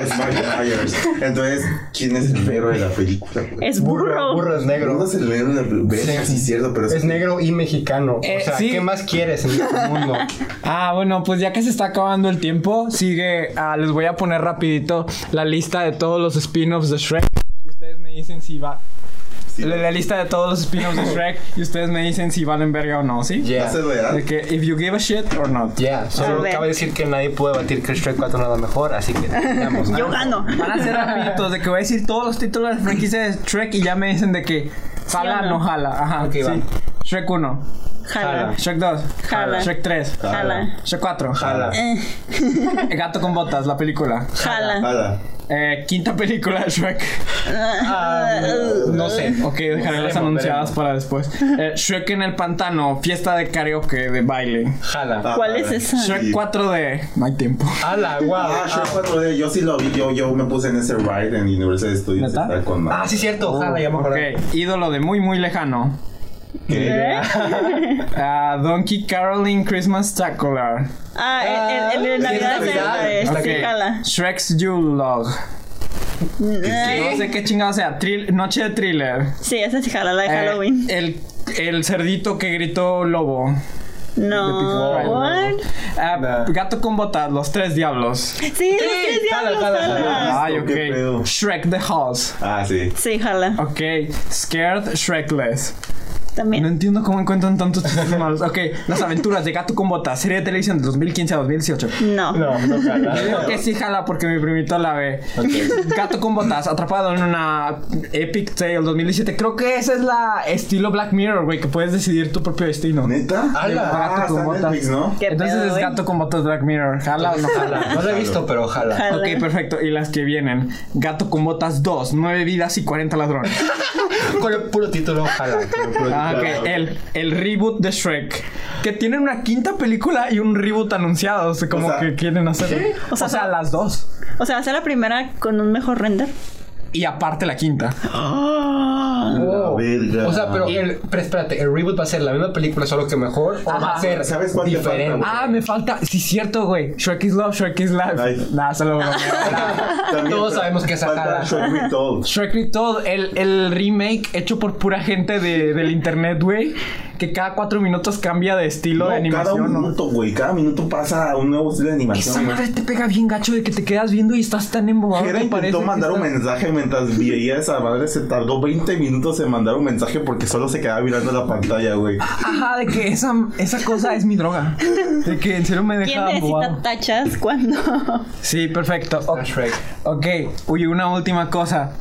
Es Michael Myers. Entonces, ¿quién es el negro de la película? güey? Es burro. Burro es No negro. es el negro de la película. Sí, es cierto, pero Es negro y mexicano. Eh, o sea, sí. ¿qué más quieres en este mundo? Ah, bueno, pues ya que se está acabando el tiempo, sigue. ah, les voy a poner rapidito la lista de todos los spin-offs de Shrek. Y ustedes me dicen si va. Sí. La, la lista de todos los spin-offs de Shrek. Y ustedes me dicen si valen verga o no, ¿sí? Yeah. ¿No se ¿ah? lo edad? De que, if you give a shit or not. Yeah. A Solo ver. cabe decir que nadie puede batir que Shrek 4 nada mejor. Así que, vamos. Yo gano. Van a ser rapiditos de que voy a decir todos los títulos de la franquicia de Shrek y ya me dicen de que jala o o no? no jala. Ajá, Ok, sí. va. Shrek 1, Jala. Shrek 2, Jala. Shrek 3, Jala. Shrek 4, Jala. Eh, Gato con botas, la película. Jala. Ala. Eh, quinta película de Shrek. Ah, no sé. Ok, dejaré las Veremos, anunciadas veremos. para después. Eh, Shrek en el pantano, fiesta de karaoke, de baile. Jala. Ah, ¿Cuál a es ver. esa? Shrek Sí. 4D, no hay tiempo. Ala, guau. Ah, Shrek 4D, yo sí lo vi, yo, yo me puse en ese ride en Universal Studios. ¿Neta? está Con Ah, sí, cierto. Jala, ya me acordé. Ok, ídolo de muy, muy lejano. ¿Qué? ¿Eh? Ah, Donkey Caroline Christmas Tackler. Ah, el, el- el de Ah, Navidad sí, es el Navidad. de este, Ok. Jala. Shrek's Yule Log. No Ay, sé qué chingado sea. Thrill- Noche de thriller. Sí, esa es Jala, la de Eh, Halloween. el, el cerdito que gritó lobo. No. ¿What? Ah, Nah. Gato con botas, los tres diablos. Ah. Sí, los tres jala, diablos, jala, jala. jala. Ay, ¿Qué pedo? ok. Shrek the House. Ah, sí. Sí, jala. Ok, Scared Shrekless. No Eh. También. entiendo cómo encuentran tantos chistes malos. Ok, Las aventuras de Gato con Botas, serie de televisión de 2015 a 2018. No. No, no jala. Creo que sí jala porque mi primito la ve. Gato con Botas, atrapado en una Epic Tale 2017. Creo que esa es la estilo Black Mirror, güey, que puedes decidir tu propio destino. ¿Neta? Ala. Ah, Gato está con en botas. Netflix, ¿no? Qué Entonces pedo, es eh. Gato con Botas Black Mirror. ¿Jala o no jala? No lo he visto, pero jala. Jala. Ok, perfecto. Y las que vienen. Gato con botas 2, 9 vidas y 40 ladrones. Con el puro título, jala. Con el puro Ah, título. ok. El, el reboot de Shrek. Que tienen una quinta película y un reboot anunciado. O sea, como O sea, que quieren hacerlo. O sea, las dos. O sea, hacer la primera con un mejor render. Y aparte la quinta. Ah, Wow. verga. O sea, pero, el, pero espérate, el reboot va a ser la misma película, solo que mejor. O va a Ajá. ser ¿Sabes cuál te diferente. falta? Ah, me falta. Sí, cierto, güey. Shrek is love, Shrek is life. Ay. Nah, solo bromeo. También, Todos pero sabemos que es falta Ajala. Shrek Retold. Shrek Retold, el, el remake hecho por pura gente de- del internet, güey. Que cada cuatro minutos cambia de estilo de No, cada animación. ¿no? minuto, güey. Cada minuto pasa un nuevo estilo de Esa animación. güey. madre te pega bien gacho de que te quedas viendo y estás tan embobado. Jera que parece intentó que mandar un estás- mensaje mientras veía esa madre. Se tardó 20 minutos en mandar un mensaje porque solo se quedaba mirando la pantalla, güey. Ajá, de que esa, esa cosa es mi droga. De que en serio me ¿Quién deja necesita embobado. tachas cuando? Sí, perfecto. O- Ah, Shrek. ok, uy, una última cosa.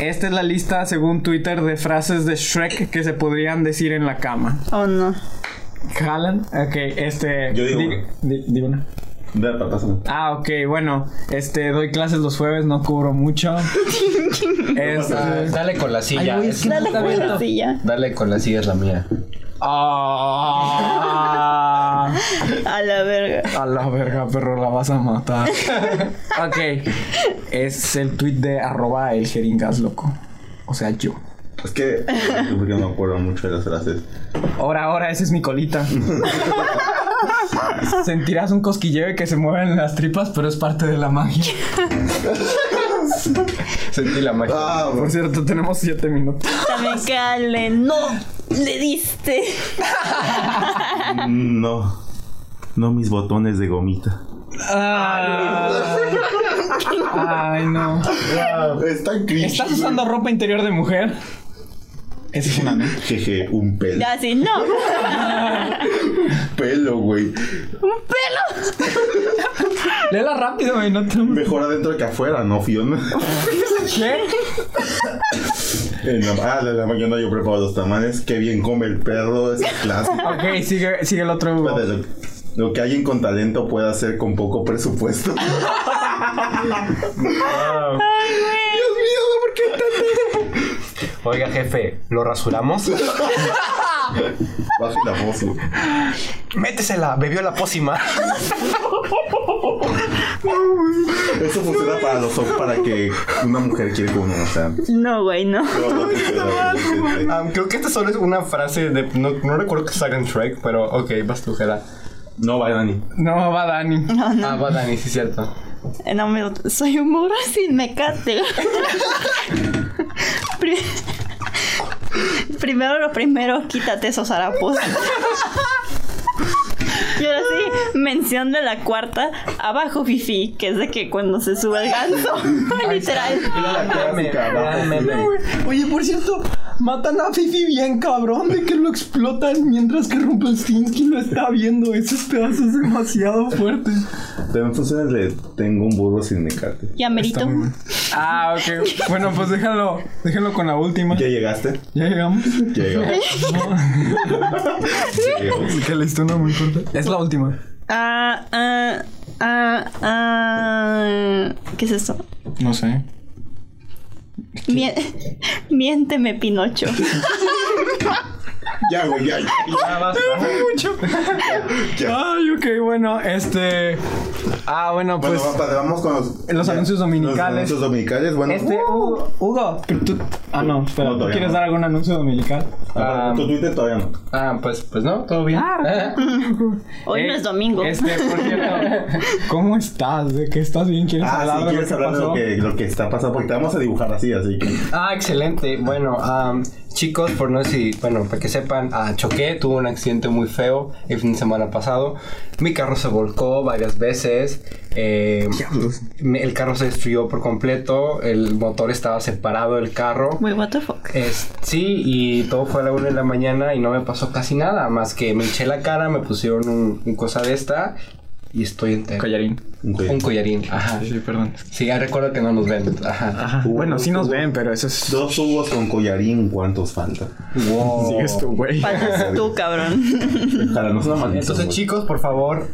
Esta es la lista, según Twitter, de frases de Shrek que se podrían decir en la cama. Oh, no. ¿Jalan? Ok, este... Yo digo di- una. di- di una. Ve, pásame. Ah, ok, bueno. Este, doy clases los jueves, no cobro mucho. este... Ah, dale con la silla. Ay, güey, es- ¿qué Dale Está con bien. la silla. Dale con la silla es la mía. Ah. A la verga. A la verga, perro, la vas a matar. ok. Es el tweet de arroba el jeringas loco. O sea, yo. Es que yo porque no me acuerdo mucho de las frases. Ahora, ahora, esa es mi colita. Sentirás un cosquilleo que se mueven las tripas, pero es parte de la magia. Sentí la magia. Ah, Por cierto, tenemos siete minutos. También que Ale, no le diste. no. No mis botones de gomita. Ay, no. Ah. Está cringe. ¿Estás usando ropa interior de mujer? Esa es una, ¿no? Jeje, un pelo. Ya, sí, no. Pelo, güey. Léela rápido, güey. No te... Mejor adentro que afuera, ¿no, Fiona? ¿Qué? En la- ah, de la mañana yo preparo los tamales. Qué bien come el perro, es clásico. Ok, sigue, sigue el otro Hugo. De lo, lo que alguien con talento puede hacer con poco presupuesto. Dios mío, ¿por qué Oiga, jefe, ¿lo rasuramos? Baja la voz. güey. Métesela, bebió la pócima. Eso funciona para los hombres, para que una mujer quiere con uno, o sea. No, güey, no. no, no funciona, no funciona. Am, Ah, creo que esta solo es una frase de. No, no recuerdo que salga en Shrek, pero ok, vas tú, Jera. No, va, Dani. No, va Dani. Ah, va Dani, sí, cierto. Eh, No, me, soy un burro sin mecate. Pri- primero lo primero, quítate esos harapos. Y ahora sí, mención de la cuarta, abajo fifi, que es de que cuando se sube el ganso, literal. Oye, por cierto, matan a Fifi bien cabrón de que lo explotan mientras que Rumpelstiltskin lo está viendo. Esos pedazos demasiado fuertes. También funciona el de tengo un burro sin mecate. Y amerito. Ah, ok. Bueno, pues déjalo, déjalo con la última. ¿Ya llegaste? Ya llegamos. Llegó. Llegó. Que la historia muy corta. Es la última. Ah, ah, ah, ah. ¿Qué es esto? No sé. Mien- Miénteme, Pinocho. Ya, güey, ya, ya, ya, Mucho. Ay, ok, bueno, este. Ah, bueno, Bueno, pues. papá, vamos con los, Los anuncios dominicales. Los anuncios dominicales, bueno. Este, Hugo, Hugo, tú. Ah, no, espera, Uh. ¿tú No, todavía quieres no. dar algún anuncio dominical? Ah, tu Twitter todavía no. Ah, pues, pues no, todo bien. Hoy Ah, Eh, no es domingo. Este, por cierto, ¿cómo estás? ¿De qué estás bien? ¿Quieres Ah, hablar sí, de quieres lo que hablar de pasó? lo que, lo que está pasando, porque te vamos a dibujar así, así que. Ah, excelente. Bueno, am, chicos, por no decir, bueno, para que sepan, ah, choqué, tuve un accidente muy feo el fin de semana pasado. Mi carro se volcó varias veces. eh, me- el carro se destruyó por completo. El motor estaba separado del carro. Güey, what the fuck. Es- sí, y todo fue a la una de la mañana y no me pasó casi nada, más que me hinché la cara, me pusieron un, un cosa de esta y estoy entero. Collarín. Un collarín, Ah, ajá. Sí, perdón. Sí, ya recuerdo que no nos ven, ajá. Ajá. Hugo, bueno, sí nos Hugo. ven, pero eso es. Dos tubos con collarín, ¿cuántos falta? Wow. Sigues tú, güey. Faltas tú, cabrón. Ojalá no sea maldito, Entonces, güey. chicos, por favor,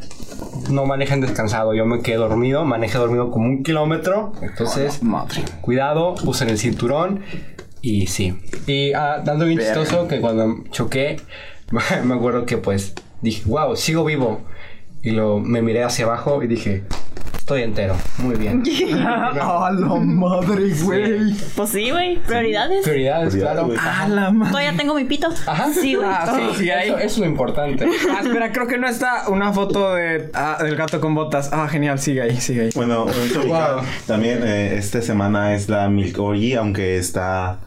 no manejen descansado. Yo me quedé dormido, manejé dormido como un kilómetro. Entonces, Ah, Madre. cuidado, usen el cinturón y sí. Y ah, dando bien Verga. chistoso que cuando choqué, me acuerdo que pues dije, wow, sigo vivo. Y lo, me miré hacia abajo y dije, estoy entero, muy bien. A la madre, güey. Pues sí, güey. Prioridades. Prioridades, claro. güey. A la madre. Todavía tengo mi pito. Ajá. Sí, güey. Ah, sí, sí, ahí. Eso, eso es lo importante. Ah, espera, creo que no está una foto de, ah, del gato con botas. Ah, genial, sigue ahí, sigue ahí. Bueno, anuncio dominicales. Wow. también eh, esta semana es la Milk Orgy, aunque está.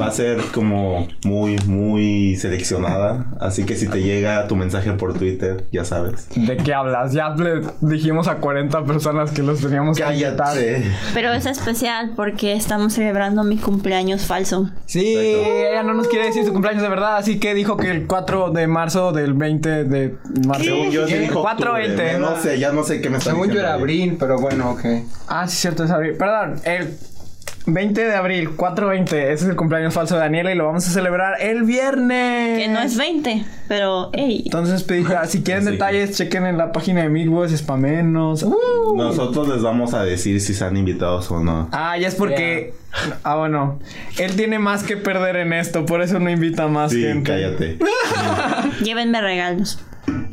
Va a ser como muy, muy seleccionada. Así que si te llega tu mensaje por Twitter, ya sabes. ¿De qué hablas? Ya le dijimos a 40 personas que los teníamos que invitar. Cállate. Pero es especial porque estamos celebrando mi cumpleaños falso. Sí, Exacto. ella no nos quiere decir su cumpleaños de verdad, así que dijo que el 4 de marzo del 20 de marzo. Según yo, sí ¿Qué? dijo 4.20, octubre. No ¿no? sé, ya no sé qué me está Según yo diciendo era ahí. abril, pero bueno, ok. Ah, sí, cierto, es abril. Perdón, el 20 de abril, 4.20. Ese es el cumpleaños falso de Daniela y lo vamos a celebrar el viernes. Que no es 20, pero hey. Entonces, pedita, si quieren Sí. detalles, chequen en la página de Milboys, spamenos. Uh. Nosotros les vamos a decir si están invitados o no. Ah, ya es porque. Ah, bueno. Él tiene más que perder en esto, por eso no invita más Sí, gente. cállate. Llévenme regalos.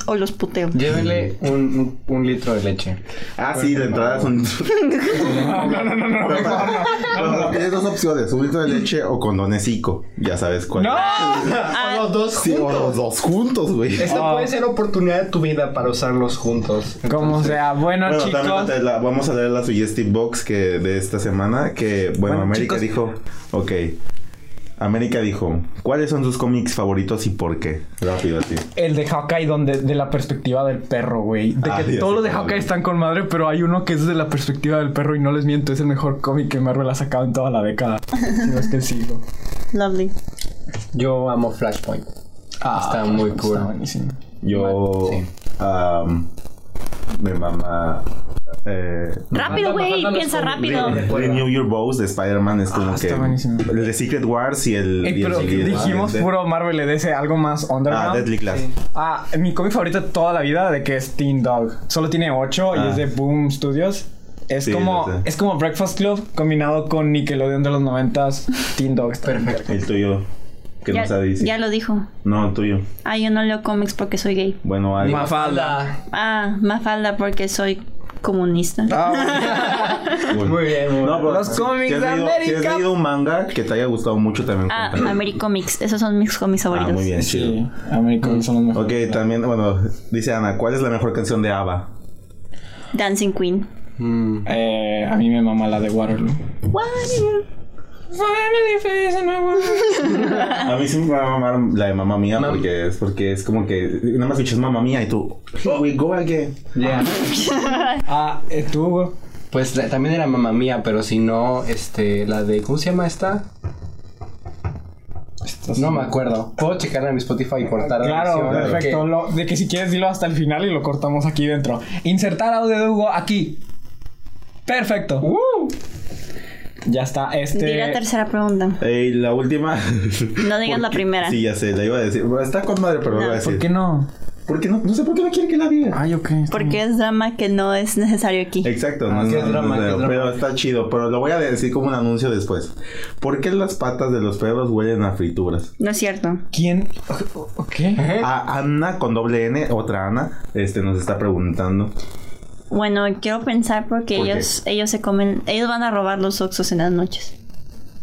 O los puteo. Llévenle un, un- un litro de leche. Ah, sí, de entrada son. No, no, no, no. Pero mejor para- no. pero para- Tienes dos opciones: un litro de leche o condones Ya sabes cuál. ¡No! Ah, dos Sí, o los dos juntos, güey. Esta puede ser oportunidad de tu vida para usarlos juntos. Como sea, bueno, Bueno, también chicos. te la- vamos a leer la suggestive box que de esta semana. Que, bueno, Bueno, América chicos. dijo. Ok. América dijo: ¿Cuáles son sus cómics favoritos y por qué? Rápido, así. El de Hawkeye, donde de la perspectiva del perro, güey. De Ah, que sí, todos sí, los de claro. Hawkeye están con madre, pero hay uno que es de la perspectiva del perro y no les miento, es el mejor cómic que Marvel ha sacado en toda la década. Si no es que el siglo. Lovely. Yo amo Flashpoint. está muy cool. Ah, Está buenísimo. Yo. Sí. am, me mama. Eh, Manda- Rápido, güey, manda los piensa comentarios. rápido. Renew Your Bows de Spider-Man es como Ah, que. está buenísimo. El de Secret Wars y el. Ey, y el pero Secret dijimos Wars, ¿eh? puro Marvel DC, algo más underground. Ah, Deadly Class. Ah, mi cómic favorito de toda la vida de que es Teen Dog. Solo tiene 8 Ah. y es de Boom Studios. Es Sí, como lo sé. es como Breakfast Club combinado con Nickelodeon de los 90s, Teen Dog. Está perfecto. El tuyo. Que Ya, no sabe decir. ya lo dijo. No, el tuyo. Ah, yo no leo cómics porque soy gay. Bueno, hay. Mafalda. Ah, Mafalda porque soy comunista. Ah, Bueno. Muy bien, muy bien. No, pero Los cómics si has de leído- Si América. has leído un manga que te haya gustado mucho también. Ah, cuéntame. Americomics. Esos son mis cómics ah favoritos. muy bien, chido. Sí, American son los Ok, mejores. también, bueno, dice Ana, ¿cuál es la mejor canción de ABBA? Dancing Queen. Mm. Eh, a mí me mama la de Waterloo. A mí sí me va a mamar la de mamá mía porque es, porque es como que nada más dices mamá mía y tú, oh, we go again. Ya. Ah, eh, tú, Hugo. Pues la- también era mamá mía, pero si no, este, la de, ¿cómo se llama esta? Estás- No me acuerdo. Puedo checarla en mi Spotify y cortar la Claro, versión, perfecto. porque- Lo- de que si quieres dilo hasta el final y lo cortamos aquí dentro. Insertar audio de Hugo aquí. Perfecto. Ya está. Este. Di la tercera pregunta. Ey, Eh, la última. No digas la Porque- primera. Sí, ya sé, la iba a decir. Bueno, Está con madre, pero la No, iba a decir. ¿Por qué no? Porque no, no sé por qué no quiere que la diga. Ay, ok. está bien. Porque es drama que no es necesario aquí. Exacto, no, qué no, no, no, drama, qué pero, drama. pero está chido, pero lo voy a decir como un anuncio después. ¿Por qué las patas de los perros huelen a frituras? No es cierto. ¿Quién? ¿Qué? A Ana con doble N, otra Ana, este nos está preguntando. Bueno, quiero pensar porque ¿Por qué? ellos, ellos se comen, ellos van a robar los oxos en las noches.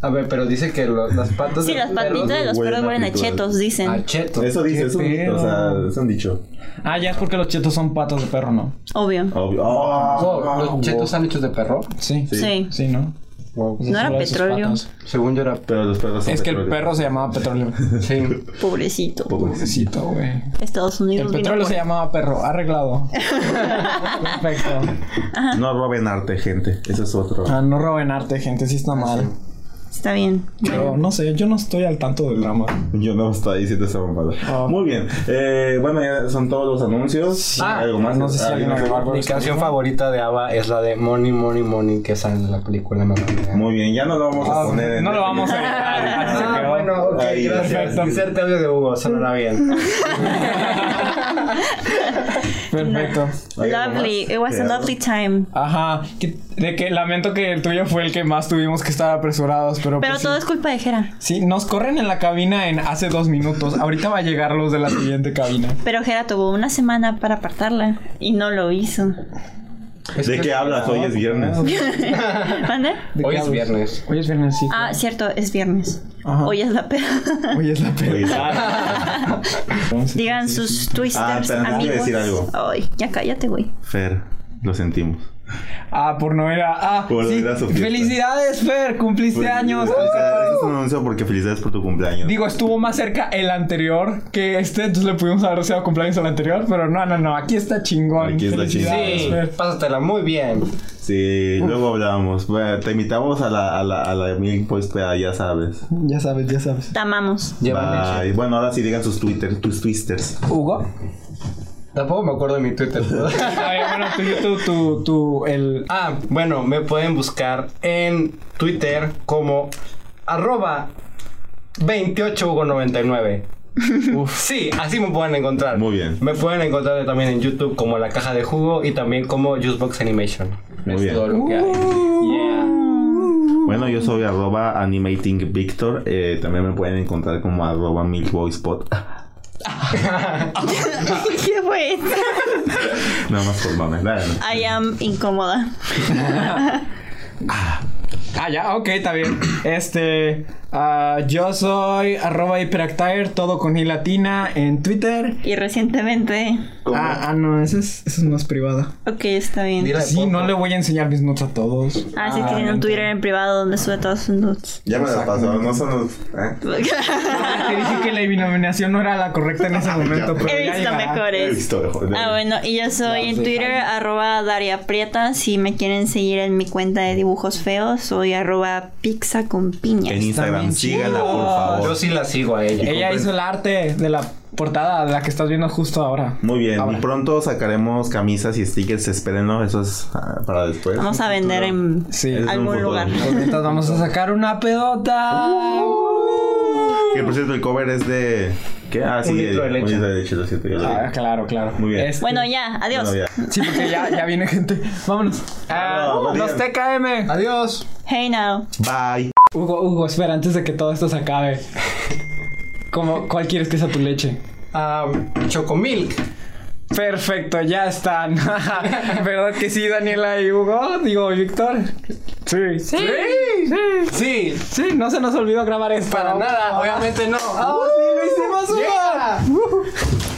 A ver, pero dice que lo- las patas Sí, de las los perros- patitas de los huelen perros a huelen a frituras. chetos, dicen. Ah, cheto. Eso dice, Qué es un, o sea, pedo. es un dicho. Ah, ya es porque los chetos son patas de perro, ¿no? Obvio. Obvio. Oh, Oh, ¿Los wow. chetos están hechos de perro? Sí. Sí. Sí, ¿no? No era Solo de sus petróleo. patas. Según yo era... Pero los perros son Es que el petróleo. perro se llamaba petróleo. Sí. Pobrecito. Pobrecito, güey. Estados El Unidos vino petróleo por- se llamaba perro. Arreglado. Perfecto. No roben arte, gente. Eso es otro. Ah, no roben arte, gente. Sí está mal. Está bien. Pero no sé, yo no estoy al tanto del drama. Yo no estaba diciendo esa mamada. Ah. Muy bien. Eh, bueno, ya son todos los anuncios. Ah, no sé si alguien no sé. agregó algo. Mi canción favorita de ABBA es la de Money, Money, Money que sale de la película Mamá Mía. Muy bien, ya no lo vamos a poner en Ah, este no lo el- vamos a editar. así se Ah, quedó. bueno, ok, Ahí, gracias. perfecto. Inserte audio de Hugo, sonará bien. Perfecto. Ahí Lovely. nomás. It was a Quedado. lovely time. Ajá. que- de que lamento que el tuyo fue el que más tuvimos que estar apresurados, pero, Pero pues todo sí. es culpa de Jera. Sí, nos corren en la cabina en hace dos minutos. Ahorita va a llegar los de la siguiente cabina. Pero Jera tuvo una semana para apartarla y no lo hizo. ¿De qué hablas? Hoy es viernes. ¿Mande? Hoy es viernes. Hoy es viernes, sí. Ah, cierto, es viernes. Ajá. Hoy es la peda. Hoy es la Hoy es- Ah. peda. Digan sus Ah, twisters, espera, tengo que amigos. decir algo. Ay, ya cállate, güey. Fer, lo sentimos. Ah, por no ir a. Ah, Por no sí. ir a su fiesta. Felicidades, Fer. Cumpliste años. Felicidades, Este Es un anuncio porque felicidades por tu cumpleaños. Este Digo, estuvo más cerca el anterior que este, entonces le pudimos haber sido cumpleaños al anterior, pero no, no, no, aquí está chingón. Aquí está Felicidades, Sí, Fer. pásatela muy bien. Sí, luego hablamos. Bueno, te invitamos a la, a la, a la Milk Boys Peda, ya sabes. Ya sabes, ya sabes. Te amamos. Llévame. Bye. Bueno, ahora sí digan sus Twitter, tus twisters. Hugo. Tampoco me acuerdo de mi Twitter. Ay, bueno, tú, tú, tú, tú, el. ah, bueno, me pueden buscar en Twitter como arroba 28hugo99. Sí, así me pueden encontrar. Muy bien. Me pueden encontrar también en YouTube como La Caja de Jugo y también como Juicebox Animation. Muy es bien. todo lo que hay. Yeah. Bueno, yo soy arroba animatingvictor. eh, también me pueden encontrar como arroba milkboyspot. ¿Qué fue? eso? Nada más por mames. nada, no. I am incómoda. Ah, ya, ok, está bien. Este. ah, yo soy arroba hyperactire, todo con i latina en Twitter. Y recientemente. Ah, ah, no, eso es, eso es más privado. Ok, está bien. Dile Sí, poco. no le voy a enseñar mis notes a todos. Ah, sí, tienen un Twitter en privado donde sube todos sus nudes. Ya me la pasó, no son los. ¿eh? Ah, Te dije que la denominación no era la correcta en ese momento, pero. He ya visto llegará. He mejores. visto, joder. Ah, bueno, y yo soy en Twitter, arroba Daria Prieta. Si me quieren seguir en mi cuenta de dibujos feos, soy arroba pizza con piñas. En Instagram, bien síganla, chido. por favor. Yo sí la sigo a ella. Ella compren- hizo el arte de la portada, la que estás viendo justo ahora. Muy bien, Ahora. y pronto sacaremos camisas y stickers, espérenlo, eso es ah, para después. Vamos a vender en Sí. Eso es algún un lugar. futuro. Por mientras vamos a sacar una pedota. Que por cierto, el cover es de... ¿Qué? Ah, sí, litro de un leche. litro de leche, lo siento, yo lo Ah, dije. claro, claro. Muy bien. Este- Bueno, ya, adiós. Bueno, ya. Sí, porque ya, ya viene gente. Vámonos. Ah, Ah, muy los bien. TKM. Adiós. Hey now. Bye. Hugo, Hugo, espera, antes de que todo esto se acabe. ¿Cómo, ¿Cuál quieres que sea tu leche? Ah, Chocomilk. Perfecto, ya están. ¿Verdad que sí, Daniela y Hugo? Digo, Víctor. Sí. Sí. Sí. Sí, Sí, no se nos olvidó grabar esto. para nada, obviamente no. ¡Oh, sí, lo hicimos, Hugo! Yeah. Ujú.